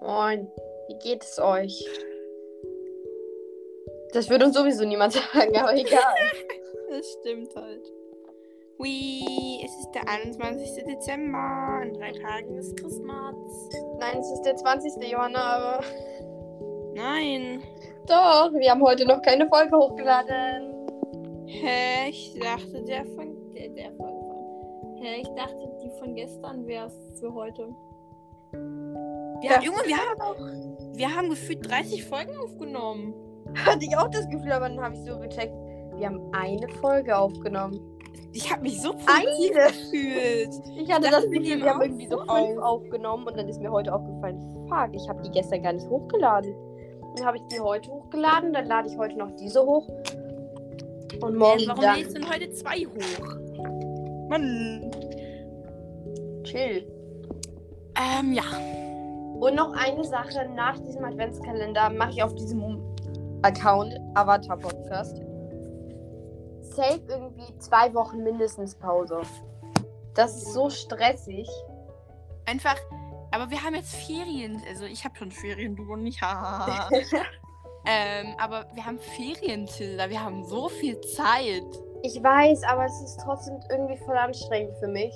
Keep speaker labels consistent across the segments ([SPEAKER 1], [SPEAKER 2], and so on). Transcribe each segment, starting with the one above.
[SPEAKER 1] wollen. Wie geht es euch? Das würde uns sowieso niemand sagen, aber egal.
[SPEAKER 2] Das stimmt halt. Hui, es ist der 21. Dezember. In drei Tagen ist Christmas.
[SPEAKER 1] Nein, es ist der 20. Johanna, aber.
[SPEAKER 2] Nein.
[SPEAKER 1] Doch, wir haben heute noch keine Folge hochgeladen.
[SPEAKER 2] Hä, ich dachte, der von. Der, der Folge von. Hä, ich dachte, die von gestern wäre es für heute. Wir
[SPEAKER 1] Ja.
[SPEAKER 2] haben, Junge, wir haben, wir haben gefühlt 30 Folgen aufgenommen.
[SPEAKER 1] Hatte ich auch das Gefühl, aber dann habe ich so gecheckt. Wir haben eine Folge aufgenommen.
[SPEAKER 2] Ich habe mich so produktiv
[SPEAKER 1] Eine?
[SPEAKER 2] gefühlt.
[SPEAKER 1] Ich hatte
[SPEAKER 2] Dann
[SPEAKER 1] das
[SPEAKER 2] nehmen
[SPEAKER 1] Gefühl,
[SPEAKER 2] wir
[SPEAKER 1] wir haben irgendwie so
[SPEAKER 2] auf.
[SPEAKER 1] fünf aufgenommen und dann ist mir heute aufgefallen, fuck, ich habe die gestern gar nicht hochgeladen. Dann habe ich die heute hochgeladen, dann lade ich heute noch diese hoch. Und morgen
[SPEAKER 2] Warum
[SPEAKER 1] dann.
[SPEAKER 2] lädst du denn heute zwei hoch? Mann.
[SPEAKER 1] Chill.
[SPEAKER 2] Ähm, ja.
[SPEAKER 1] Und noch eine Sache, nach diesem Adventskalender mache ich auf diesem Account Avatar Podcast. Safe irgendwie zwei Wochen mindestens Pause. Das ist so stressig.
[SPEAKER 2] Einfach. Aber wir haben jetzt Ferien. Also ich habe schon Ferien, du und ich. haha. ähm, aber wir haben Ferien, Tilda. Wir haben so viel Zeit.
[SPEAKER 1] Ich weiß, aber es ist trotzdem irgendwie voll anstrengend für mich.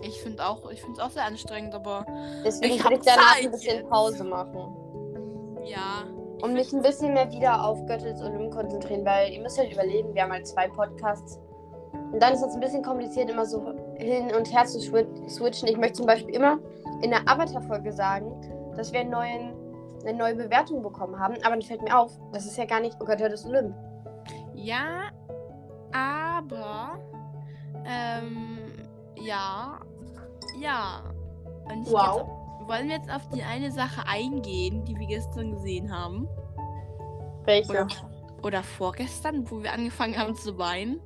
[SPEAKER 2] Ich finde auch, ich finde es auch sehr anstrengend, aber
[SPEAKER 1] Deswegen
[SPEAKER 2] Ich
[SPEAKER 1] will
[SPEAKER 2] hab
[SPEAKER 1] ich danach
[SPEAKER 2] Zeit
[SPEAKER 1] ein bisschen
[SPEAKER 2] jetzt.
[SPEAKER 1] Pause machen.
[SPEAKER 2] ja.
[SPEAKER 1] Und mich ein bisschen mehr wieder auf Göttels Olymp konzentrieren, weil ihr müsst halt überlegen, wir haben halt zwei Podcasts. Und dann ist es ein bisschen kompliziert, immer so hin und her zu schwi- switchen. Ich möchte zum Beispiel immer in der Avatar-Folge sagen, dass wir einen neuen, eine neue Bewertung bekommen haben. Aber dann fällt mir auf, das ist ja gar nicht Göttels Olymp.
[SPEAKER 2] Ja, aber ähm, ja, ja. Und ich
[SPEAKER 1] Wow.
[SPEAKER 2] Jetzt, wollen wir jetzt auf die eine Sache eingehen, die wir gestern gesehen haben?
[SPEAKER 1] Welche?
[SPEAKER 2] Oder vorgestern, wo wir angefangen haben zu weinen?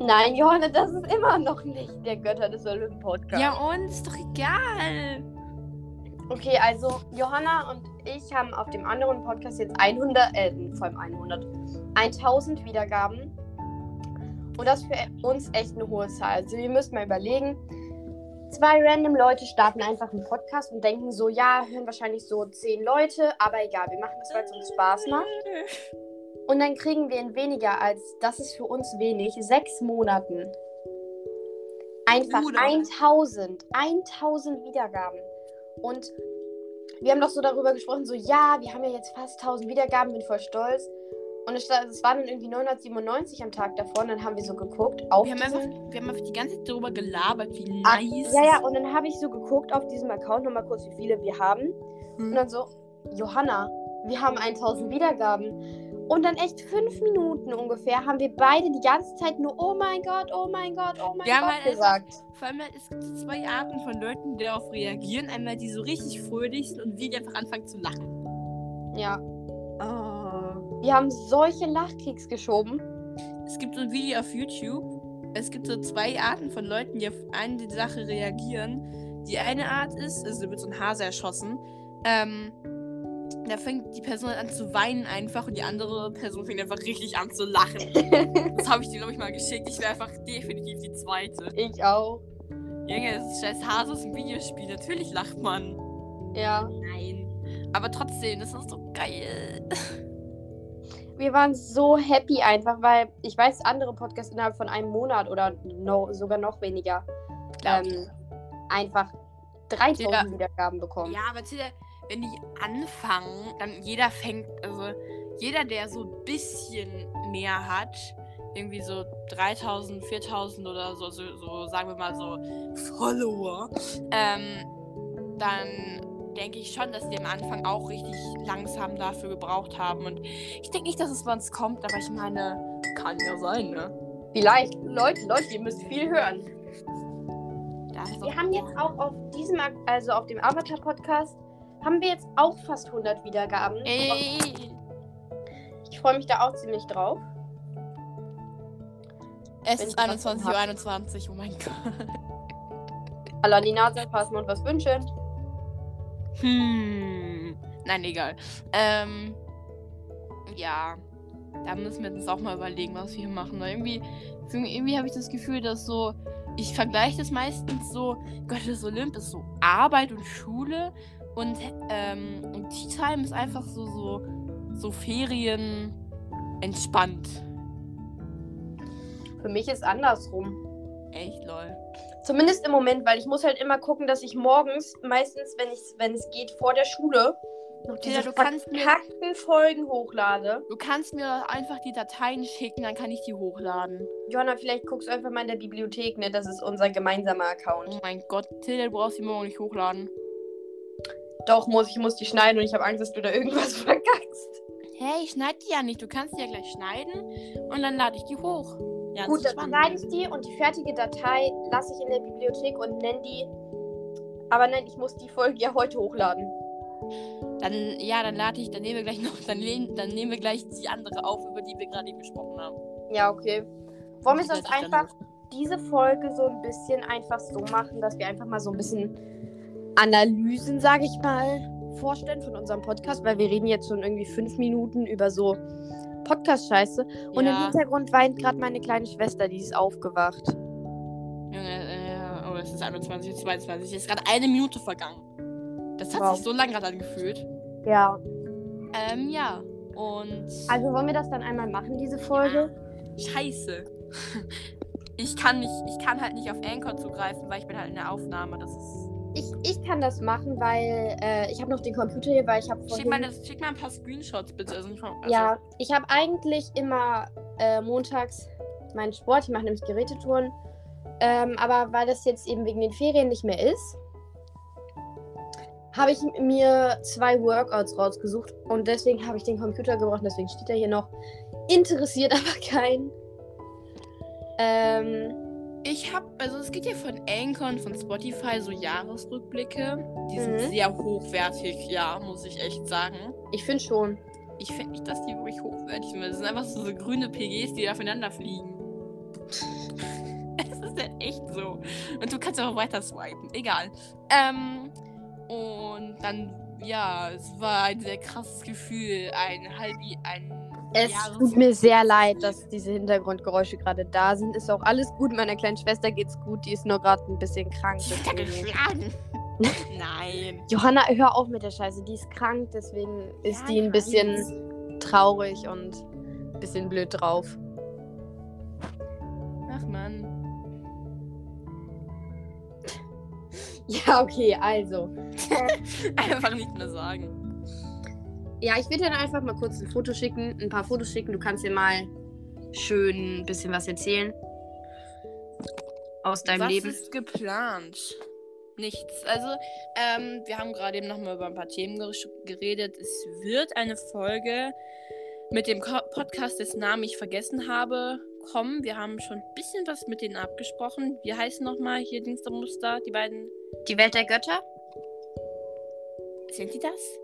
[SPEAKER 1] Nein, Johanna, das ist immer noch nicht der Götter des Olymp-Podcast.
[SPEAKER 2] Ja, und ist doch egal.
[SPEAKER 1] Okay, also Johanna und ich haben auf dem anderen Podcast jetzt 100, äh, vor allem 100, 1000 Wiedergaben. Und das für uns echt eine hohe Zahl. Also wir müssen mal überlegen, zwei random Leute starten einfach einen Podcast und denken so, ja, hören wahrscheinlich so zehn Leute, aber egal, wir machen das, weil es uns Spaß macht. Und dann kriegen wir in weniger als, das ist für uns wenig, sechs Monaten. Einfach
[SPEAKER 2] Bruder.
[SPEAKER 1] 1000, 1000 Wiedergaben. Und wir haben doch so darüber gesprochen, so, ja, wir haben ja jetzt fast 1000 Wiedergaben, bin voll stolz. Und es, sta- es waren dann irgendwie 997 am Tag davor und dann haben wir so geguckt auf
[SPEAKER 2] Wir haben,
[SPEAKER 1] diesen-
[SPEAKER 2] einfach, wir haben einfach die ganze Zeit darüber gelabert, wie
[SPEAKER 1] Ah,
[SPEAKER 2] nice.
[SPEAKER 1] Ja, ja, und dann habe ich so geguckt auf diesem Account nochmal kurz, wie viele wir haben. Und dann so, Johanna, wir haben 1000 Wiedergaben. Und dann echt fünf Minuten ungefähr haben wir beide die ganze Zeit nur, oh mein Gott, oh mein Gott, oh mein
[SPEAKER 2] Ja,
[SPEAKER 1] Gott
[SPEAKER 2] weil es-
[SPEAKER 1] gesagt.
[SPEAKER 2] Vor allem, halt, es gibt so zwei Arten von Leuten, die darauf reagieren. Einmal die so richtig fröhlich sind und wir, die einfach anfangen zu lachen.
[SPEAKER 1] Ja,
[SPEAKER 2] Oh.
[SPEAKER 1] wir haben solche Lachkicks geschoben.
[SPEAKER 2] Es gibt so ein Video auf YouTube. Es gibt so zwei Arten von Leuten, die auf eine Sache reagieren. Die eine Art ist, also da wird so ein Hase erschossen. Ähm, da fängt die Person an zu weinen einfach und die andere Person fängt einfach richtig an zu lachen. das habe ich dir, glaube ich, mal geschickt. Ich wäre einfach definitiv die zweite.
[SPEAKER 1] Ich auch.
[SPEAKER 2] Junge, das ist scheiß Hase ist ein Videospiel. Natürlich lacht man.
[SPEAKER 1] Ja.
[SPEAKER 2] Nein. Aber trotzdem, das ist so geil.
[SPEAKER 1] Wir waren so happy einfach, weil ich weiß, andere Podcasts innerhalb von einem Monat oder no, sogar noch weniger ähm, einfach 3000
[SPEAKER 2] Ja.
[SPEAKER 1] Wiedergaben bekommen.
[SPEAKER 2] Ja, aber Tilda, wenn die anfangen, dann jeder fängt, also jeder, der so ein bisschen mehr hat, irgendwie so 3000, 4000 oder so, so, so sagen wir mal so Follower, ähm, dann denke ich schon, dass die am Anfang auch richtig langsam dafür gebraucht haben. Und ich denke nicht, dass es bei uns kommt, aber ich meine, kann ja sein, ne?
[SPEAKER 1] Vielleicht, Leute, Leute, ihr müsst viel hören.
[SPEAKER 2] Da ist doch-
[SPEAKER 1] Wir haben jetzt auch auf diesem, Ak- also auf dem Avatar-Podcast, haben wir jetzt auch fast 100 Wiedergaben.
[SPEAKER 2] Ey.
[SPEAKER 1] Ich freue mich da auch ziemlich drauf.
[SPEAKER 2] Es
[SPEAKER 1] Wenn ich
[SPEAKER 2] ist
[SPEAKER 1] was
[SPEAKER 2] 21.21
[SPEAKER 1] hab.
[SPEAKER 2] Uhr, 21, oh mein Gott.
[SPEAKER 1] Alle an die Nase passen und was wünschen.
[SPEAKER 2] Hm. Nein, egal. Ähm. Ja. Da müssen wir uns auch mal überlegen, was wir hier machen. Weil irgendwie irgendwie habe ich das Gefühl, dass so. Ich vergleiche das meistens so: Gottes Olymp ist so Arbeit und Schule. Und, ähm, und Tea Time ist einfach so, so, so Ferien entspannt.
[SPEAKER 1] Für mich ist andersrum.
[SPEAKER 2] Echt lol.
[SPEAKER 1] Zumindest im Moment, weil ich muss halt immer gucken, dass ich morgens, meistens, wenn ich wenn es geht, vor der Schule, noch diese
[SPEAKER 2] Digga, du kannst mir-
[SPEAKER 1] verkackten Folgen hochlade.
[SPEAKER 2] Du kannst mir einfach die Dateien schicken, dann kann ich die hochladen.
[SPEAKER 1] Johanna, vielleicht guckst du einfach mal in der Bibliothek, ne? Das ist unser gemeinsamer Account.
[SPEAKER 2] Oh mein Gott, Tilda, du brauchst die morgen nicht hochladen.
[SPEAKER 1] Doch, muss, ich muss die schneiden und ich habe Angst, dass du da irgendwas verkackst.
[SPEAKER 2] Hey, ich schneide die ja nicht. Du kannst die ja gleich schneiden und dann lade ich die hoch. Ja,
[SPEAKER 1] Gut, dann
[SPEAKER 2] spannend.
[SPEAKER 1] schneide ich die und die fertige Datei lasse ich in der Bibliothek und nenne die. Aber nein, ich muss die Folge ja heute hochladen.
[SPEAKER 2] Dann, ja, dann lade ich, dann nehmen wir gleich noch, dann, lehn- dann nehmen wir gleich die andere auf, über die wir gerade eben gesprochen haben.
[SPEAKER 1] Ja, okay. Wollen wir
[SPEAKER 2] Ich lade
[SPEAKER 1] sonst
[SPEAKER 2] dich dann
[SPEAKER 1] einfach diese Folge so ein bisschen einfach so machen, dass wir einfach mal so ein bisschen Analysen, sage ich mal, vorstellen von unserem Podcast, weil wir reden jetzt schon irgendwie fünf Minuten über so Podcast-Scheiße.
[SPEAKER 2] hoch.
[SPEAKER 1] Und im
[SPEAKER 2] ja.
[SPEAKER 1] Hintergrund weint gerade meine kleine Schwester, die ist aufgewacht.
[SPEAKER 2] Junge, äh, oh, es ist 21, 22. Es ist gerade eine Minute vergangen. Das hat
[SPEAKER 1] Wow.
[SPEAKER 2] sich so lang gerade angefühlt.
[SPEAKER 1] Ja.
[SPEAKER 2] Ähm, ja. Und.
[SPEAKER 1] Also wollen wir das dann einmal machen, diese Folge?
[SPEAKER 2] Scheiße. Ich kann nicht, ich kann halt nicht auf Anchor zugreifen, weil ich bin halt in der Aufnahme. Das ist.
[SPEAKER 1] Ich, ich kann das machen, weil äh, ich habe noch den Computer hier, weil ich habe
[SPEAKER 2] Schick mal, das, schick mal ein paar Screenshots bitte. Also nicht mal, also,
[SPEAKER 1] Ja, ich habe eigentlich immer äh, montags meinen Sport. Ich mache nämlich Gerätetouren. Ähm, aber weil das jetzt eben wegen den Ferien nicht mehr ist, habe ich mir zwei Workouts rausgesucht und deswegen habe ich den Computer gebraucht. Deswegen steht er hier noch. Interessiert aber keinen. Ähm,
[SPEAKER 2] Ich habe, also es gibt ja von Anchor und von Spotify so Jahresrückblicke. Die sind
[SPEAKER 1] Mhm.
[SPEAKER 2] sehr hochwertig, ja, muss ich echt sagen.
[SPEAKER 1] ich finde schon.
[SPEAKER 2] Ich finde nicht, dass die wirklich hochwertig sind. weil Das sind einfach so, so grüne PGs, die aufeinander fliegen. Es ist halt echt so. Und du kannst auch weiter swipen. Egal. Ähm, und dann, ja, es war ein sehr krasses Gefühl. Ein halb, ein
[SPEAKER 1] Es
[SPEAKER 2] Jahres-
[SPEAKER 1] tut mir sehr leid, dass diese Hintergrundgeräusche gerade da sind. Ist auch alles gut. Meiner kleinen Schwester geht's gut. Die ist nur gerade ein bisschen krank.
[SPEAKER 2] Ich werde
[SPEAKER 1] deswegen-
[SPEAKER 2] geschlagen. Nein.
[SPEAKER 1] Johanna, hör auf mit der Scheiße. Die ist krank, deswegen ist
[SPEAKER 2] Ja,
[SPEAKER 1] die
[SPEAKER 2] ich
[SPEAKER 1] ein bisschen
[SPEAKER 2] weiß.
[SPEAKER 1] traurig und ein bisschen blöd drauf.
[SPEAKER 2] Ach man.
[SPEAKER 1] Ja, okay, also.
[SPEAKER 2] Einfach nicht mehr sagen.
[SPEAKER 1] Ja, ich würde dir dann einfach mal kurz ein Foto schicken, ein paar Fotos schicken. Du kannst dir mal schön ein bisschen was erzählen. Aus deinem
[SPEAKER 2] Was
[SPEAKER 1] Leben.
[SPEAKER 2] ist geplant? Nichts. Also, ähm, wir haben gerade eben nochmal über ein paar Themen ger- geredet. Es wird eine Folge mit dem Ko Podcast, dessen Namen ich vergessen habe, kommen. Wir haben schon ein bisschen was mit denen abgesprochen. Wir heißen nochmal hier Dienstagmuster, die beiden.
[SPEAKER 1] Die Welt der Götter?
[SPEAKER 2] Sind die das?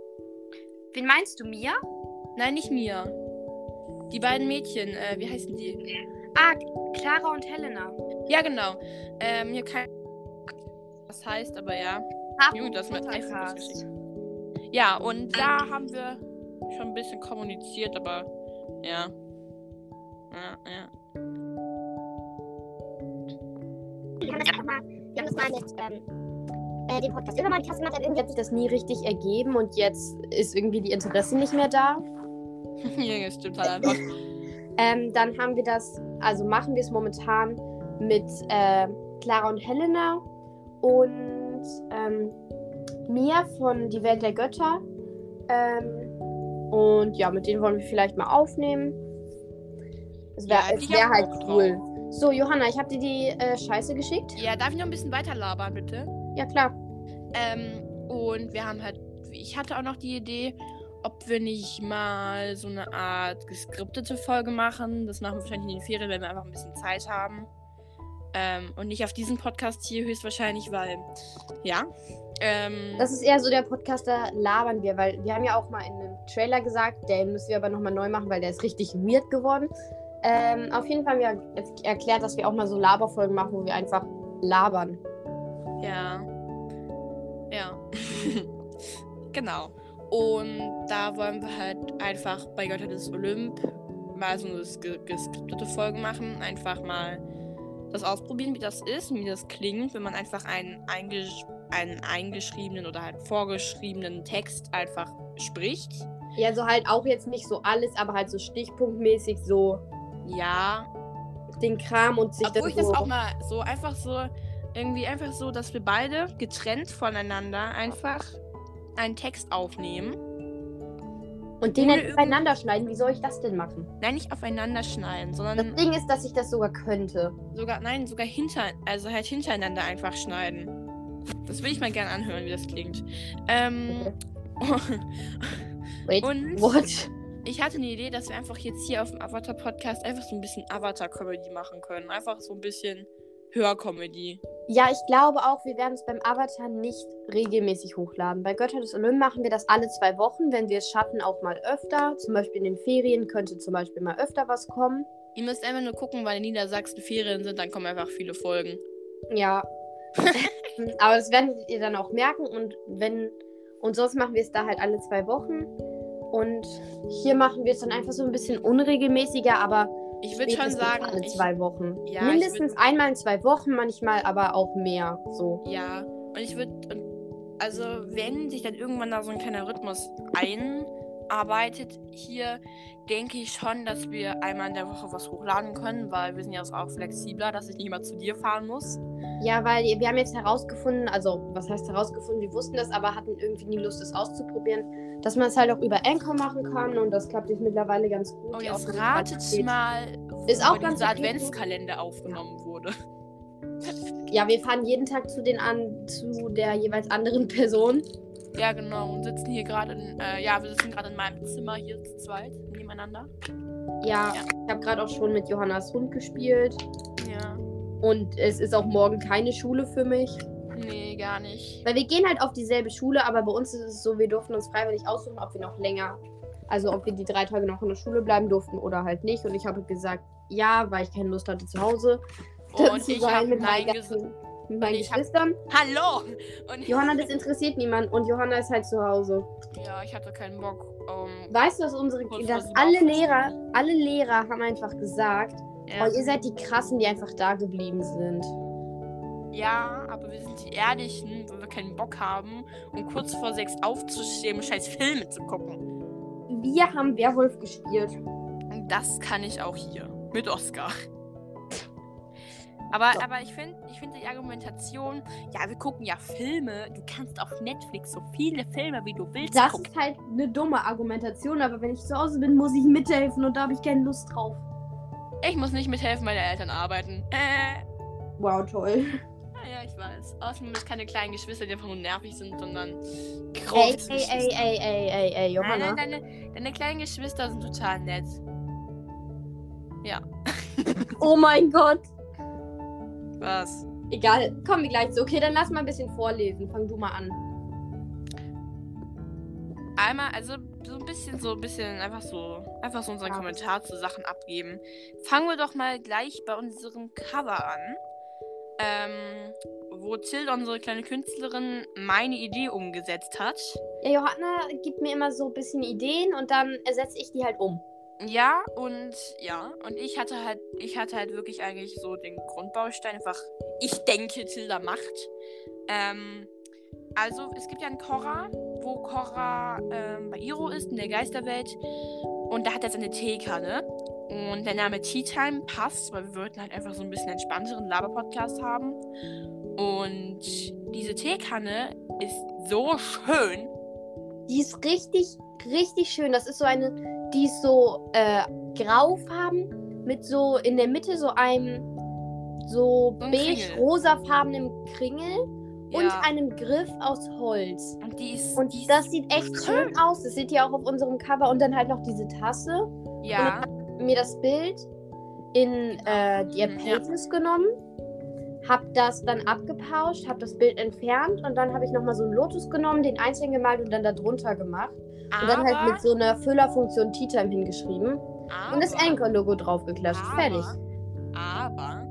[SPEAKER 1] Wen meinst du, Mia?
[SPEAKER 2] Nein, nicht mir. Die beiden Mädchen, äh, wie heißen die?
[SPEAKER 1] Ah, Clara und Helena.
[SPEAKER 2] Ja, genau. Ähm, hier kein. Was heißt aber ja. Junge, das ist mein iPhone ausgeschickt. Ja, und da haben wir schon ein bisschen kommuniziert, aber ja. Ja, ja.
[SPEAKER 3] Wir haben das einfach mal, wir haben das mal mit ähm, äh, dem Podcast über meine Klasse gemacht, dann irgendwie
[SPEAKER 1] Hat sich das nie richtig ergeben und jetzt ist irgendwie die Interesse nicht mehr da.
[SPEAKER 2] Junge, stimmt halt einfach.
[SPEAKER 1] Ähm, dann haben wir das, also machen wir es momentan mit äh, Clara und Helena und ähm, Mia von Die Welt der Götter. Ähm, und ja, mit denen wollen wir vielleicht mal aufnehmen. Es wäre
[SPEAKER 2] Ja,
[SPEAKER 1] es
[SPEAKER 2] ich
[SPEAKER 1] wär
[SPEAKER 2] hab
[SPEAKER 1] halt
[SPEAKER 2] Bock drauf.
[SPEAKER 1] cool. So, Johanna, ich habe dir die äh, Scheiße geschickt.
[SPEAKER 2] Ja, darf ich noch ein bisschen weiter labern, bitte?
[SPEAKER 1] Ja, klar.
[SPEAKER 2] Ähm, und wir haben halt, ich hatte auch noch die Idee, ob wir nicht mal so eine Art geskriptete Folge machen. Das machen wir wahrscheinlich in den Ferien, wenn wir einfach ein bisschen Zeit haben. Ähm, und nicht auf diesem Podcast hier höchstwahrscheinlich, weil, ja. Ähm,
[SPEAKER 1] Das ist eher so der Podcast, da labern wir, weil wir haben ja auch mal in einem Trailer gesagt, den müssen wir aber nochmal neu machen, weil der ist richtig weird geworden. Ähm, auf jeden Fall haben wir jetzt erklärt, dass wir auch mal so Laberfolgen machen, wo wir einfach labern.
[SPEAKER 2] Ja. Ja. genau. Und da wollen wir halt einfach bei Götter des Olymp mal so eine ges- geskriptete Folge machen. Einfach mal das ausprobieren, wie das ist und wie das klingt, wenn man einfach einen eingespielten einen eingeschriebenen oder halt vorgeschriebenen Text einfach spricht.
[SPEAKER 1] Ja, so halt auch jetzt nicht so alles, aber halt so stichpunktmäßig so
[SPEAKER 2] Ja.
[SPEAKER 1] den Kram und sich
[SPEAKER 2] Obwohl ich das
[SPEAKER 1] so.
[SPEAKER 2] auch mal so einfach so, irgendwie einfach so, dass wir beide getrennt voneinander einfach einen Text aufnehmen.
[SPEAKER 1] und den
[SPEAKER 2] ohne
[SPEAKER 1] dann übereinander schneiden. Wie soll ich das denn machen?
[SPEAKER 2] Nein, nicht aufeinander schneiden, sondern
[SPEAKER 1] Das Ding ist, dass ich das sogar könnte.
[SPEAKER 2] sogar, nein, sogar hinter, also halt hintereinander einfach schneiden. Das will ich mal gerne anhören, wie das klingt. Ähm,
[SPEAKER 1] Wait,
[SPEAKER 2] und
[SPEAKER 1] what?
[SPEAKER 2] ich hatte eine Idee, dass wir einfach jetzt hier auf dem Avatar-Podcast einfach so ein bisschen Avatar-Comedy machen können. Einfach so ein bisschen Hörcomedy.
[SPEAKER 1] Ja, ich glaube auch, wir werden es beim Avatar nicht regelmäßig hochladen. Bei Götter des Olymp machen wir das alle zwei Wochen, wenn wir es schaffen, auch mal öfter. Zum Beispiel in den Ferien könnte zum Beispiel mal öfter was kommen.
[SPEAKER 2] Ihr müsst einfach nur gucken, weil in Niedersachsen Ferien sind, dann kommen einfach viele Folgen.
[SPEAKER 1] Ja. Aber das werdet ihr dann auch merken. Und wenn. Und sonst machen wir es da halt alle zwei Wochen. Und hier machen wir es dann einfach so ein bisschen unregelmäßiger, aber
[SPEAKER 2] Ich würde schon
[SPEAKER 1] spätestens
[SPEAKER 2] sagen,
[SPEAKER 1] alle
[SPEAKER 2] ich,
[SPEAKER 1] zwei Wochen.
[SPEAKER 2] Ja, ich
[SPEAKER 1] Mindestens einmal in zwei Wochen, manchmal aber auch mehr. So.
[SPEAKER 2] ja. Und ich würde, also wenn sich dann irgendwann da so ein kleiner Rhythmus einarbeitet hier, denke ich schon, dass wir einmal in der Woche was hochladen können, weil wir sind ja auch flexibler, dass ich nicht immer zu dir fahren muss.
[SPEAKER 1] Ja, weil wir haben jetzt herausgefunden, also was heißt herausgefunden, wir wussten das, aber hatten irgendwie nie Lust, es auszuprobieren, dass man es halt auch über Anchor machen kann und das klappt jetzt mittlerweile ganz gut.
[SPEAKER 2] Und
[SPEAKER 1] Die
[SPEAKER 2] Oh, jetzt
[SPEAKER 1] Aufnahme
[SPEAKER 2] ratet
[SPEAKER 1] steht.
[SPEAKER 2] mal,
[SPEAKER 1] Ist
[SPEAKER 2] wo
[SPEAKER 1] auch ganz
[SPEAKER 2] dieser
[SPEAKER 1] okay.
[SPEAKER 2] Adventskalender aufgenommen wurde.
[SPEAKER 1] Ja, wir fahren jeden Tag zu den an, zu der jeweils anderen Person.
[SPEAKER 2] Ja, genau. Und sitzen hier gerade in, äh, ja, wir sitzen gerade in meinem Zimmer hier zu zweit nebeneinander.
[SPEAKER 1] Ja,
[SPEAKER 2] Ja.
[SPEAKER 1] ich habe gerade auch schon mit Johannas Hund gespielt
[SPEAKER 2] Ja.
[SPEAKER 1] und es ist auch morgen keine Schule für mich,
[SPEAKER 2] Nee, gar nicht.
[SPEAKER 1] weil wir gehen halt auf dieselbe Schule, aber bei uns ist es so, wir durften uns freiwillig aussuchen, ob wir noch länger, also ob wir die drei Tage noch in der Schule bleiben durften oder halt nicht. Und ich habe gesagt, ja, weil ich keine Lust hatte zu Hause.
[SPEAKER 2] Und
[SPEAKER 1] zu
[SPEAKER 2] ich
[SPEAKER 1] sein
[SPEAKER 2] habe
[SPEAKER 1] mit
[SPEAKER 2] Nein
[SPEAKER 1] meinen
[SPEAKER 2] gesagt.
[SPEAKER 1] ganzen- mit meinen
[SPEAKER 2] Und ich hab-
[SPEAKER 1] Geschwistern.
[SPEAKER 2] Hallo! Und
[SPEAKER 1] Johanna, das interessiert niemand und Johanna ist halt zu Hause.
[SPEAKER 2] ja, ich hatte keinen Bock. ähm,
[SPEAKER 1] Weißt du, dass unsere,
[SPEAKER 2] Kurz vor
[SPEAKER 1] dass
[SPEAKER 2] sieben
[SPEAKER 1] alle
[SPEAKER 2] aufpassen.
[SPEAKER 1] Lehrer, alle Lehrer haben einfach gesagt,
[SPEAKER 2] ja.
[SPEAKER 1] oh, ihr seid die Krassen, die einfach da geblieben sind.
[SPEAKER 2] ja, aber wir sind die Ehrlichen, weil wir keinen Bock haben, um kurz vor sechs aufzustehen und scheiß Filme zu gucken.
[SPEAKER 1] Wir haben Werwolf gespielt.
[SPEAKER 2] Und das kann ich auch hier. Mit Oscar. Aber,
[SPEAKER 1] So.
[SPEAKER 2] aber ich finde ich find die Argumentation, ja, wir gucken ja Filme, du kannst auf Netflix so viele Filme, wie du willst,
[SPEAKER 1] Das
[SPEAKER 2] gucken.
[SPEAKER 1] ist halt eine dumme Argumentation, aber wenn ich zu Hause bin, muss ich mithelfen und da habe ich keine Lust drauf.
[SPEAKER 2] Ich muss nicht mithelfen, meine Eltern arbeiten. Äh,
[SPEAKER 1] Wow, toll.
[SPEAKER 2] naja, ich weiß. Außerdem bin ich keine kleinen Geschwister, die einfach nur nervig sind, sondern
[SPEAKER 1] Ey,
[SPEAKER 2] große
[SPEAKER 1] ey,
[SPEAKER 2] Geschwister.
[SPEAKER 1] ey, ey, ey, ey, ey,
[SPEAKER 2] Nein,
[SPEAKER 1] Johanna.
[SPEAKER 2] nein, deine, deine kleinen Geschwister sind total nett.
[SPEAKER 1] Oh mein Gott.
[SPEAKER 2] Was?
[SPEAKER 1] Egal, kommen wir gleich zu. Okay, dann lass mal ein bisschen vorlesen. Fang du mal an.
[SPEAKER 2] Einmal, also so ein bisschen, so ein bisschen, einfach so, einfach so unseren
[SPEAKER 1] Ja.
[SPEAKER 2] Kommentar zu Sachen abgeben. Fangen wir doch mal gleich bei unserem Cover an. Ähm, wo Tilda, unsere kleine Künstlerin, meine Idee umgesetzt hat.
[SPEAKER 1] Ja, Johanna gibt mir immer so ein bisschen Ideen und dann ersetze ich die halt um.
[SPEAKER 2] Ja, und ja, und ich hatte halt, ich hatte halt wirklich eigentlich so den Grundbaustein, einfach, ich denke, Tilda macht. Ähm, also es gibt ja einen Korra, wo Korra ähm, bei Iro ist, in der Geisterwelt, und da hat er seine Teekanne. Und der Name Tea Time passt, weil wir wollten halt einfach so ein bisschen entspannteren Laber-Podcast haben. Und diese Teekanne ist so schön.
[SPEAKER 1] Die ist richtig, richtig schön. Das ist so eine, die ist so äh, graufarben mit so in der Mitte so einem so
[SPEAKER 2] So ein Kringel.
[SPEAKER 1] beige-rosafarbenen Kringel und
[SPEAKER 2] Ja.
[SPEAKER 1] einem Griff aus Holz.
[SPEAKER 2] Und die ist.
[SPEAKER 1] Und
[SPEAKER 2] die ist-
[SPEAKER 1] das sieht echt schön aus. Das seht ihr auch auf unserem Cover. Und dann halt noch diese Tasse.
[SPEAKER 2] Ja.
[SPEAKER 1] Mir das Bild in äh, die
[SPEAKER 2] Mhm, ja.
[SPEAKER 1] Pages genommen, hab das dann abgepauscht, hab das Bild entfernt und dann habe ich nochmal so einen Lotus genommen, den einzeln gemalt und dann darunter gemacht. Und dann halt mit so einer Füllerfunktion T-Time hingeschrieben und das
[SPEAKER 2] aber-
[SPEAKER 1] Anchor-Logo draufgeklatscht. Fertig.
[SPEAKER 2] Aber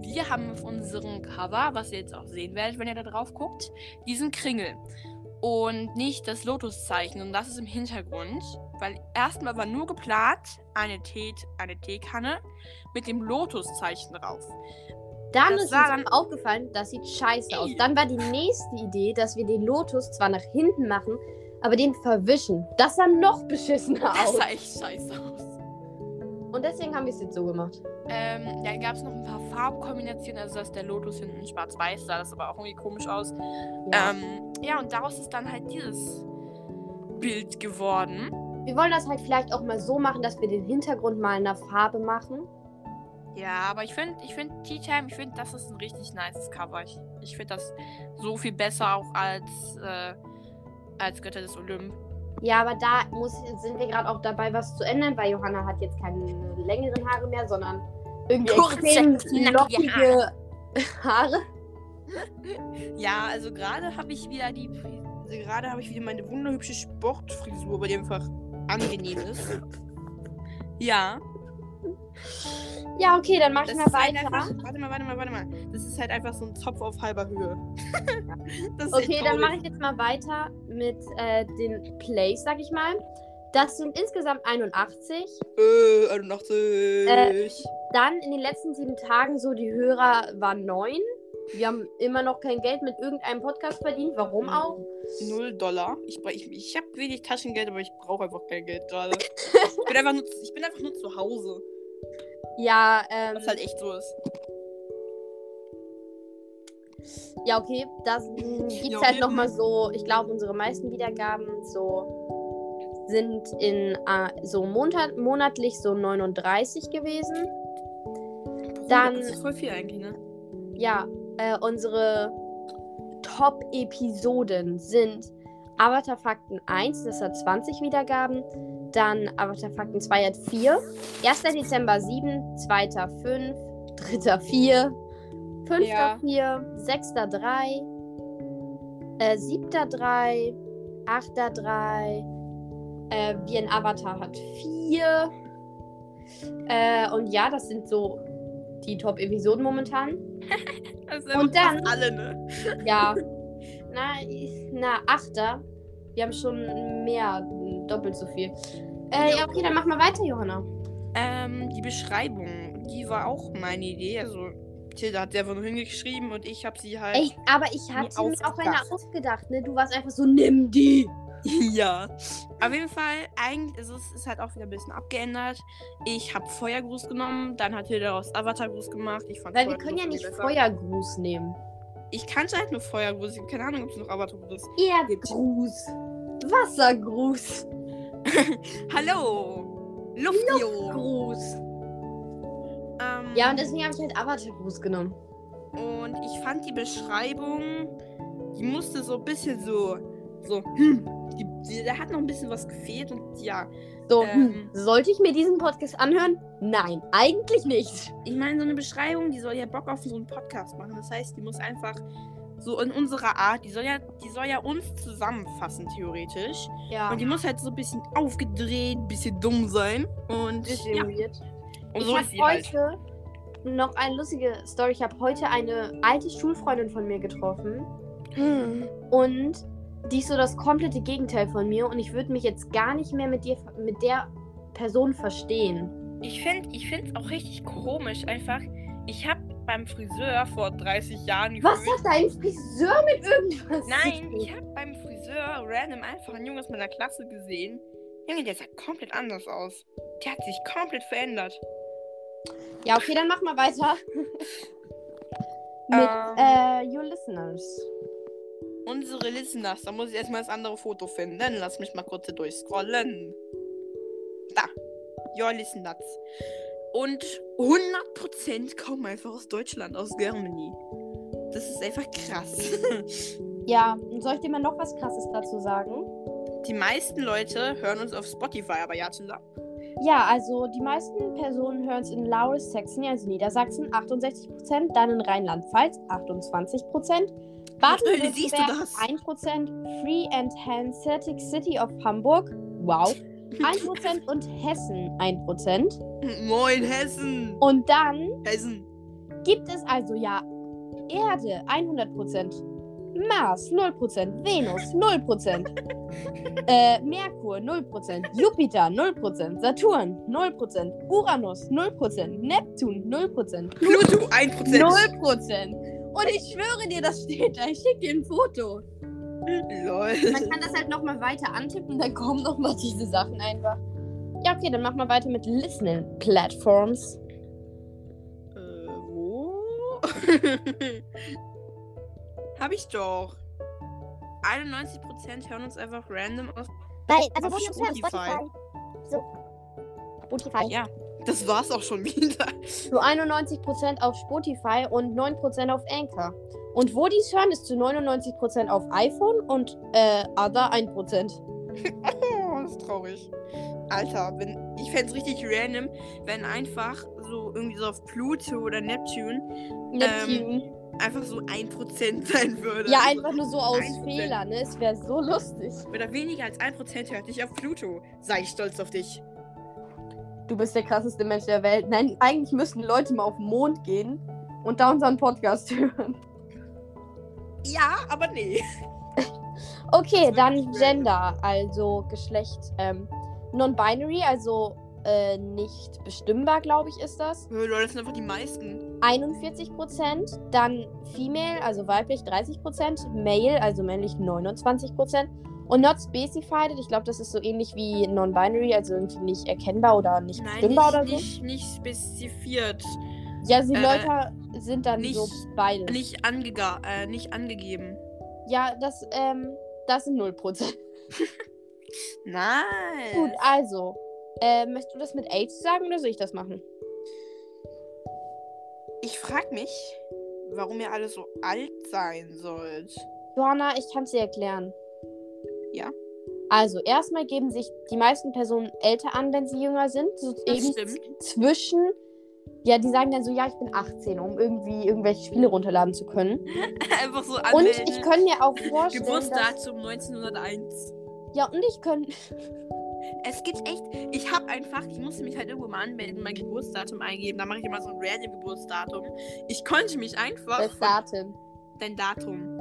[SPEAKER 2] wir haben auf unserem Cover, was ihr jetzt auch sehen werdet, wenn ihr da drauf guckt, diesen Kringel. Und nicht das Lotuszeichen. Und das ist im Hintergrund. Weil erstmal war nur geplant eine, Tee, eine Teekanne mit dem Lotuszeichen drauf.
[SPEAKER 1] Dann
[SPEAKER 2] Das
[SPEAKER 1] ist
[SPEAKER 2] war
[SPEAKER 1] uns
[SPEAKER 2] dann-
[SPEAKER 1] aufgefallen, das sieht scheiße aus.
[SPEAKER 2] Ey.
[SPEAKER 1] Dann war die nächste Idee, dass wir den Lotus zwar nach hinten machen, aber den verwischen. Das sah noch beschissener
[SPEAKER 2] Das
[SPEAKER 1] aus.
[SPEAKER 2] sah echt scheiße aus.
[SPEAKER 1] Und deswegen haben wir es jetzt so gemacht.
[SPEAKER 2] Ähm, dann gab es noch ein paar Farbkombinationen, also dass der Lotus hinten schwarz-weiß sah, das aber auch irgendwie komisch aus. Ja.
[SPEAKER 1] Ja.
[SPEAKER 2] Ähm, ja, und daraus ist dann halt dieses Bild geworden.
[SPEAKER 1] Wir wollen das halt vielleicht auch mal so machen, dass wir den Hintergrund mal in der Farbe machen.
[SPEAKER 2] Ja, aber ich finde, ich finde Tea Time, ich finde, das ist ein richtig nices Cover. Ich, ich finde das so viel besser auch als, äh, als Götter des Olymp.
[SPEAKER 1] Ja, aber da muss, sind wir gerade auch dabei, was zu ändern, weil Johanna hat jetzt keine längeren Haare mehr, sondern irgendwie
[SPEAKER 3] Kurze,
[SPEAKER 1] extrem
[SPEAKER 3] knackige
[SPEAKER 1] lockige Haare.
[SPEAKER 2] Ja, also gerade habe ich wieder die Fri- gerade habe ich wieder meine wunderhübsche Sportfrisur, bei die einfach angenehm ist. Ja.
[SPEAKER 1] Ja, okay, dann mach ich
[SPEAKER 2] Das
[SPEAKER 1] mal
[SPEAKER 2] ist halt
[SPEAKER 1] weiter.
[SPEAKER 2] Einfach, warte mal, warte mal, warte mal. Das ist halt einfach so ein Zopf auf halber Höhe. das ist echt
[SPEAKER 1] Okay, dann
[SPEAKER 2] traurig.
[SPEAKER 1] mache ich jetzt mal weiter mit äh, den Plays, sag ich mal. Das sind insgesamt 81.
[SPEAKER 2] Äh, 81.
[SPEAKER 1] Dann in den letzten sieben Tagen so die Hörer waren neun. Wir haben immer noch kein Geld mit irgendeinem Podcast verdient.
[SPEAKER 2] Mhm.
[SPEAKER 1] Warum auch?
[SPEAKER 2] Null Dollar. Ich, bra- ich, ich habe wenig Taschengeld, aber ich brauche einfach kein Geld gerade. ich, bin einfach nur, zu- ich bin einfach nur zu Hause.
[SPEAKER 1] Ja, ähm,
[SPEAKER 2] Was halt echt so ist.
[SPEAKER 1] ja okay. Da gibt
[SPEAKER 2] Ja,
[SPEAKER 1] es
[SPEAKER 2] okay. mhm.
[SPEAKER 1] halt nochmal so, ich glaube, unsere meisten Wiedergaben so sind in äh, so monat monatlich so 39 gewesen. Dann-
[SPEAKER 2] Das ist voll viel eigentlich, ne?
[SPEAKER 1] Ja, äh, unsere Top-Episoden sind Avatar Fakten 1, das hat 20 Wiedergaben. Dann Avatar Fakten 2 hat 4. 1. Dezember 7, 2. 5, 3. 4, 5.
[SPEAKER 2] Ja.
[SPEAKER 1] 4, 6. 3, äh, 7. 3, 8. 3, äh, wie ein Avatar hat 4. Äh, und ja, das sind so die Top-Episoden momentan.
[SPEAKER 2] Das ist
[SPEAKER 1] Und
[SPEAKER 2] einfach
[SPEAKER 1] dann-
[SPEAKER 2] alle, ne?
[SPEAKER 1] Ja. Na, ich- na, Achter. Wir haben schon mehr, hm, doppelt so viel. Äh, ja, okay, dann mach mal weiter, Johanna.
[SPEAKER 2] Ähm, die Beschreibung, die war auch meine Idee. Also, Tilda hat sie einfach nur hingeschrieben und ich habe sie halt.
[SPEAKER 1] Ey, aber ich hatte
[SPEAKER 2] Nur
[SPEAKER 1] mir auch eine
[SPEAKER 2] ausgedacht.
[SPEAKER 1] ausgedacht, ne? Du warst einfach so, nimm die.
[SPEAKER 2] Ja. Auf jeden Fall, eigentlich ist es ist halt auch wieder ein bisschen abgeändert. Ich habe Feuergruß genommen, dann hat Hilda aus Avatargruß gemacht. Ich fand
[SPEAKER 1] Weil wir
[SPEAKER 2] Feuergruß
[SPEAKER 1] können ja
[SPEAKER 2] irgendwie
[SPEAKER 1] nicht
[SPEAKER 2] besser.
[SPEAKER 1] Feuergruß nehmen.
[SPEAKER 2] Ich kannte halt nur Feuergruß. Ich habe keine Ahnung, ob es noch Avatargruß ist.
[SPEAKER 1] Erdgruß. Wassergruß.
[SPEAKER 2] Hallo! Luftio!
[SPEAKER 1] Gruß.
[SPEAKER 2] Ähm,
[SPEAKER 1] Ja, und deswegen habe ich halt Avatargruß genommen.
[SPEAKER 2] und ich fand die Beschreibung, die musste so ein bisschen so. so hm, die, die, da hat noch ein bisschen was gefehlt und ja.
[SPEAKER 1] So,
[SPEAKER 2] Ähm.
[SPEAKER 1] hm, sollte ich mir diesen Podcast anhören? Nein, eigentlich nicht.
[SPEAKER 2] Ich meine, so eine Beschreibung, die soll ja Bock auf so einen Podcast machen. Das heißt, die muss einfach so in unserer Art, die soll ja, die soll ja uns zusammenfassen, theoretisch.
[SPEAKER 1] Ja.
[SPEAKER 2] Und die muss halt so ein bisschen aufgedreht, ein bisschen dumm sein. Und ja,
[SPEAKER 1] Distribuiert.
[SPEAKER 2] und
[SPEAKER 1] Ich
[SPEAKER 2] so
[SPEAKER 1] habe
[SPEAKER 2] ist sie halt.
[SPEAKER 1] heute noch eine lustige Story. Ich habe heute eine alte Schulfreundin von mir getroffen Hm. und die ist so das komplette Gegenteil von mir und ich würde mich jetzt gar nicht mehr mit dir mit der Person verstehen.
[SPEAKER 2] Ich finde es auch richtig komisch, einfach. Ich habe beim Friseur vor 30 Jahren
[SPEAKER 1] Was hat dein Friseur mit irgendwas?
[SPEAKER 2] Nein,
[SPEAKER 1] zu
[SPEAKER 2] ich
[SPEAKER 1] tun?
[SPEAKER 2] habe beim Friseur random einfach einen Jungen aus meiner Klasse gesehen. Junge, der sah komplett anders aus. Der hat sich komplett verändert.
[SPEAKER 1] Ja, okay, dann mach mal weiter. mit
[SPEAKER 2] Ähm.
[SPEAKER 1] äh, Your Listeners.
[SPEAKER 2] Unsere Listeners, da muss ich erstmal das andere Foto finden. Lass mich mal kurz hier durchscrollen. Da. Your Listeners. Und 100% kommen einfach aus Deutschland, aus Germany. Das ist einfach krass.
[SPEAKER 1] Ja, und soll ich dir mal noch was krasses dazu sagen?
[SPEAKER 2] Die meisten Leute hören uns auf Spotify, aber ja, Tilda.
[SPEAKER 1] Ja, also die meisten Personen hören es in Laurel, Saxony, also Niedersachsen, 68%, dann in Rheinland-Pfalz, 28%,
[SPEAKER 2] Natürlich siehst du
[SPEAKER 1] Baden-Württemberg,
[SPEAKER 2] das.
[SPEAKER 1] 1%, Free and Hanseatic City of Hamburg, wow, 1% und Hessen, 1%.
[SPEAKER 2] Moin, Hessen.
[SPEAKER 1] Und dann
[SPEAKER 2] Hessen.
[SPEAKER 1] gibt es also ja Erde, 100%, Mars 0%, Venus 0%, äh, Merkur 0%, Jupiter 0%, Saturn 0%, Uranus 0%, Neptun 0%,
[SPEAKER 2] Pluto 1%.
[SPEAKER 1] 0%. Und ich schwöre dir, das steht da. Ich schicke dir ein Foto.
[SPEAKER 2] Lol.
[SPEAKER 4] Man kann das halt nochmal weiter antippen.
[SPEAKER 1] Und dann kommen nochmal diese Sachen einfach. Ja, okay, dann machen wir weiter mit Listening Platforms.
[SPEAKER 2] Äh, wo? Hab ich doch. 91% hören uns einfach random auf.
[SPEAKER 5] Weil, also,
[SPEAKER 2] Auf
[SPEAKER 5] wir sind auf
[SPEAKER 2] Spotify.
[SPEAKER 5] Spotify. So. Spotify.
[SPEAKER 2] Ja, das war's auch schon wieder.
[SPEAKER 1] Zu 91% auf Spotify und 9% auf Anchor. Und wo dies hören, ist zu 99% auf iPhone und äh, Other 1%.
[SPEAKER 2] Oh, das ist traurig. Alter, wenn, ich fänd's richtig random, wenn einfach so irgendwie so auf Pluto oder Neptun
[SPEAKER 1] Neptun.
[SPEAKER 2] einfach so 1% sein würde.
[SPEAKER 1] ja,
[SPEAKER 2] Also-
[SPEAKER 1] einfach nur so aus
[SPEAKER 2] 1%.
[SPEAKER 1] Fehlern, ne? Es wäre so lustig.
[SPEAKER 2] Oder weniger als 1% hört dich auf Pluto. Sei stolz auf dich.
[SPEAKER 1] Du bist der krasseste Mensch der Welt. Nein, eigentlich müssten Leute mal auf den Mond gehen und da unseren Podcast hören.
[SPEAKER 2] Ja, aber nee.
[SPEAKER 1] Okay,
[SPEAKER 2] Das ist
[SPEAKER 1] dann
[SPEAKER 2] wirklich
[SPEAKER 1] Gender, also Geschlecht. Ähm, Non-binary, also äh, nicht bestimmbar, glaube ich, ist das.
[SPEAKER 2] Äh, Leute, das sind einfach die meisten.
[SPEAKER 1] 41 Prozent. Dann female, also weiblich 30 Prozent. Male, also männlich 29 Prozent. Und not specified, ich glaube, das ist so ähnlich wie non-binary, also irgendwie nicht erkennbar oder nicht
[SPEAKER 2] Nein,
[SPEAKER 1] bestimmbar
[SPEAKER 2] nicht,
[SPEAKER 1] oder so.
[SPEAKER 2] nicht, nicht spezifiziert.
[SPEAKER 1] ja, die
[SPEAKER 2] äh,
[SPEAKER 1] Leute sind dann so
[SPEAKER 2] nicht-
[SPEAKER 1] beides.
[SPEAKER 2] Nicht, angega äh, nicht angegeben.
[SPEAKER 1] Ja, das, ähm, das sind 0 Prozent.
[SPEAKER 2] Nein.
[SPEAKER 1] Gut, also, äh, möchtest du das mit Age sagen oder soll ich das machen?
[SPEAKER 2] Ich frag mich, warum ihr alle so alt sein sollt.
[SPEAKER 1] Johanna, ich kann es dir erklären.
[SPEAKER 2] Ja.
[SPEAKER 1] Also, erstmal geben sich die meisten Personen älter an, wenn sie jünger sind. So
[SPEAKER 2] Das
[SPEAKER 1] eben
[SPEAKER 2] stimmt.
[SPEAKER 1] zwischen. Ja, die sagen dann so, ja, ich bin 18, um irgendwie irgendwelche Spiele runterladen zu können.
[SPEAKER 2] Einfach so
[SPEAKER 1] Und
[SPEAKER 2] anmelden.
[SPEAKER 1] ich kann mir auch vorstellen. dass,
[SPEAKER 2] Geburtsdatum 1901.
[SPEAKER 1] ja, und ich kann.
[SPEAKER 2] Es gibt echt, ich habe einfach, ich musste mich halt irgendwo mal anmelden, mein Geburtsdatum eingeben. Da mache ich immer so ein random Geburtsdatum. Ich konnte mich einfach.
[SPEAKER 1] Das Datum.
[SPEAKER 2] Dein Datum.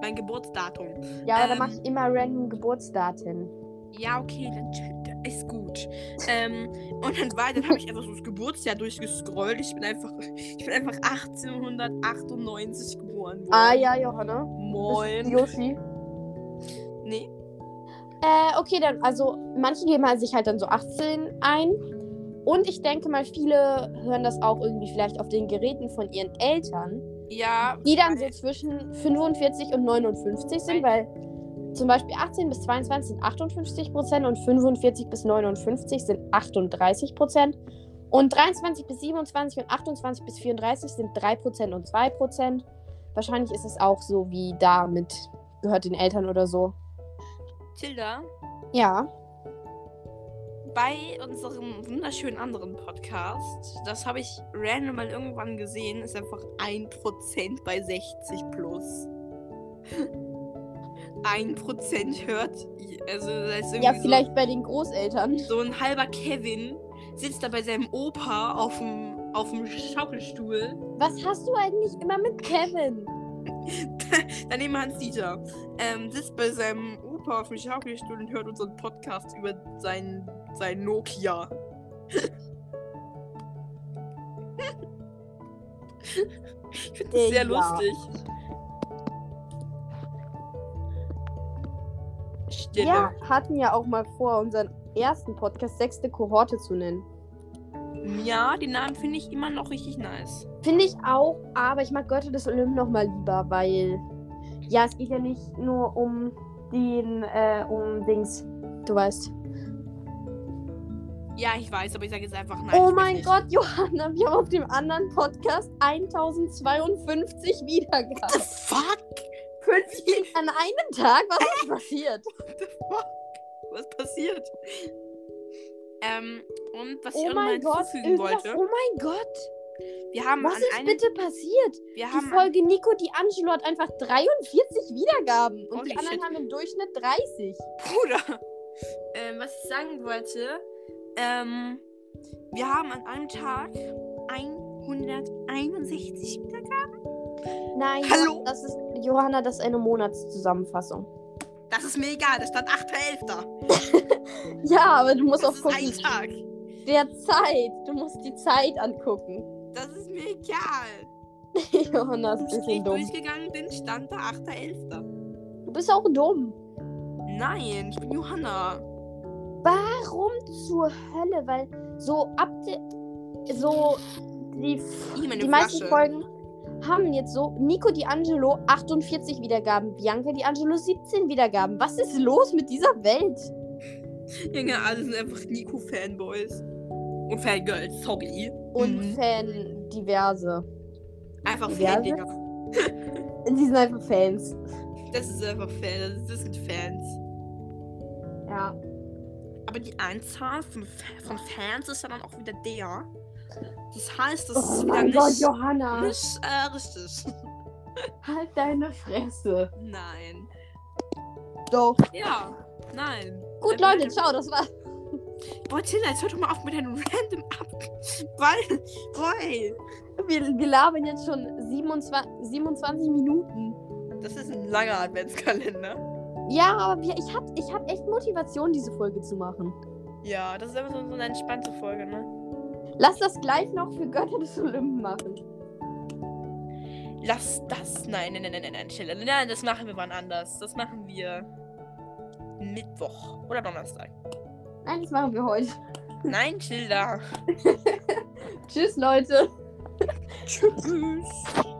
[SPEAKER 2] Mein Geburtsdatum.
[SPEAKER 1] Ja, aber da
[SPEAKER 2] Ähm.
[SPEAKER 1] mache ich immer random Geburtsdaten.
[SPEAKER 2] Ja, okay, dann ch- ist gut. Ähm, und dann war, dann habe ich einfach so das Geburtsjahr durchgescrollt. Ich bin einfach, ich bin einfach 1898 geboren worden.
[SPEAKER 1] Ah, ja, Johanna. Das ist
[SPEAKER 2] Moin.
[SPEAKER 1] Yoshi.
[SPEAKER 2] Nee.
[SPEAKER 1] Äh, okay, dann, also manche geben halt sich halt dann so 18 ein. Und ich denke mal, viele hören das auch irgendwie vielleicht auf den Geräten von ihren Eltern,
[SPEAKER 2] Ja,
[SPEAKER 1] die dann so zwischen 45 und 59 sind, weil zum Beispiel 18 bis 22 sind 58 Prozent und 45 bis 59 sind 38 Prozent. Und 23 bis 27 und 28 bis 34 sind 3% und 2%. Wahrscheinlich ist es auch so wie da mit gehört den Eltern oder so.
[SPEAKER 2] Tilda,
[SPEAKER 1] Ja.
[SPEAKER 2] bei unserem wunderschönen anderen Podcast, das habe ich random mal irgendwann gesehen, ist einfach 1% bei 60 plus. 1% hört, also das ist irgendwie
[SPEAKER 1] Ja,
[SPEAKER 2] so-
[SPEAKER 1] vielleicht bei den Großeltern.
[SPEAKER 2] so ein halber Kevin sitzt da bei seinem Opa auf dem, auf dem Schaukelstuhl.
[SPEAKER 1] Was hast du eigentlich immer mit Kevin?
[SPEAKER 2] Daneben Hans-Dieter. Ähm, sitzt bei seinem Opa auf dem Schaukelstuhl und hört unseren Podcast über sein, sein Nokia. ich finde das sehr
[SPEAKER 1] Äh, Ja.
[SPEAKER 2] lustig. Stille.
[SPEAKER 1] Ja, hatten ja auch mal vor, unseren ersten Podcast sechste Kohorte zu nennen.
[SPEAKER 2] ja, den Namen finde ich immer noch richtig nice.
[SPEAKER 1] Finde ich auch, aber ich mag Götter des Olymp noch mal lieber, weil ja, es geht ja nicht nur um den, äh, um Dings. Du weißt.
[SPEAKER 2] Ja, ich weiß, aber ich sage jetzt einfach nein. ich
[SPEAKER 1] oh
[SPEAKER 2] weiß
[SPEAKER 1] mein
[SPEAKER 2] nicht.
[SPEAKER 1] Gott, Johanna, wir haben auf dem anderen Podcast 1052
[SPEAKER 2] What the
[SPEAKER 1] wiedergehabt.
[SPEAKER 2] fuck?
[SPEAKER 1] 50 an einem Tag? Was ist passiert?
[SPEAKER 2] What the fuck? Was passiert? Ähm, und was ich
[SPEAKER 1] Oh
[SPEAKER 2] auch noch mal
[SPEAKER 1] mein Gott,
[SPEAKER 2] hinzufügen
[SPEAKER 1] irgendwas.
[SPEAKER 2] wollte,
[SPEAKER 1] Oh mein Gott.
[SPEAKER 2] wir haben
[SPEAKER 1] Was
[SPEAKER 2] an
[SPEAKER 1] ist
[SPEAKER 2] einem,
[SPEAKER 1] bitte passiert?
[SPEAKER 2] wir
[SPEAKER 1] Die
[SPEAKER 2] haben
[SPEAKER 1] Folge Nico Di Angelo hat einfach 43 Wiedergaben und
[SPEAKER 2] Holy
[SPEAKER 1] die anderen
[SPEAKER 2] shit.
[SPEAKER 1] haben im Durchschnitt 30.
[SPEAKER 2] an, Bruder, ähm, was ich sagen wollte, ähm, wir haben an einem Tag 161 Wiedergaben.
[SPEAKER 1] Nein,
[SPEAKER 2] Hallo?
[SPEAKER 1] Johanna, das ist, Johanna, das ist eine Monatszusammenfassung.
[SPEAKER 2] Das ist mir egal, da stand 8.11.
[SPEAKER 1] Ja, aber du musst
[SPEAKER 2] Das
[SPEAKER 1] auch
[SPEAKER 2] ist
[SPEAKER 1] gucken.
[SPEAKER 2] ein Tag.
[SPEAKER 1] Der Zeit. Du musst die Zeit angucken.
[SPEAKER 2] Das ist mir egal.
[SPEAKER 1] Johanna ist ein
[SPEAKER 2] Ich
[SPEAKER 1] bisschen dumm.
[SPEAKER 2] durchgegangen bin, stand da 8.11.
[SPEAKER 1] Du bist auch dumm.
[SPEAKER 2] Nein, ich bin Johanna.
[SPEAKER 1] Warum zur Hölle? Weil so ab de, so die,
[SPEAKER 2] Ih, meine
[SPEAKER 1] die
[SPEAKER 2] Flasche.
[SPEAKER 1] meisten Folgen haben jetzt so Nico Di Angelo 48 Wiedergaben, Bianca Di Angelo 17 Wiedergaben. Was ist los mit dieser Welt?
[SPEAKER 2] Junge, alle genau, also sind einfach Nico-Fanboys. Und Fangirls, sorry.
[SPEAKER 1] Und
[SPEAKER 2] Mhm.
[SPEAKER 1] Fan diverse.
[SPEAKER 2] Einfach
[SPEAKER 1] Ja,
[SPEAKER 2] Fan, Digga.
[SPEAKER 1] Die sind einfach Fans.
[SPEAKER 2] Das ist einfach Fan, das, ist, das sind Fans.
[SPEAKER 1] Ja.
[SPEAKER 2] Aber die Anzahl von, Fa- von Fans ist ja dann auch wieder der. Das heißt, das ist wieder nicht,
[SPEAKER 1] Oh Johanna,
[SPEAKER 2] nicht äh, richtig.
[SPEAKER 1] halt deine Fresse.
[SPEAKER 2] Nein.
[SPEAKER 1] Doch.
[SPEAKER 2] Ja, nein.
[SPEAKER 1] Gut,
[SPEAKER 2] Dann-
[SPEAKER 1] Leute, ciao, das war's.
[SPEAKER 2] Boah, Tilda, jetzt hör doch mal auf mit deinem random ab. Weil, boy.
[SPEAKER 1] Wir, wir labern jetzt schon 27, 27 Minuten.
[SPEAKER 2] Das ist ein langer Adventskalender.
[SPEAKER 1] Ja, aber wir, ich hab, ich hab echt Motivation, diese Folge zu machen.
[SPEAKER 2] Ja, das ist einfach so, so eine entspannte Folge, ne?
[SPEAKER 1] Lass das gleich noch für Götter des Olympen machen.
[SPEAKER 2] Lass das. Nein, nein, nein, nein, nein, nein, Tilda. Nein, das machen wir wann anders. Das machen wir Mittwoch oder Donnerstag.
[SPEAKER 1] Nein, das machen wir heute.
[SPEAKER 2] Nein, Tilda.
[SPEAKER 1] Tschüss, Leute.
[SPEAKER 2] Tschüss.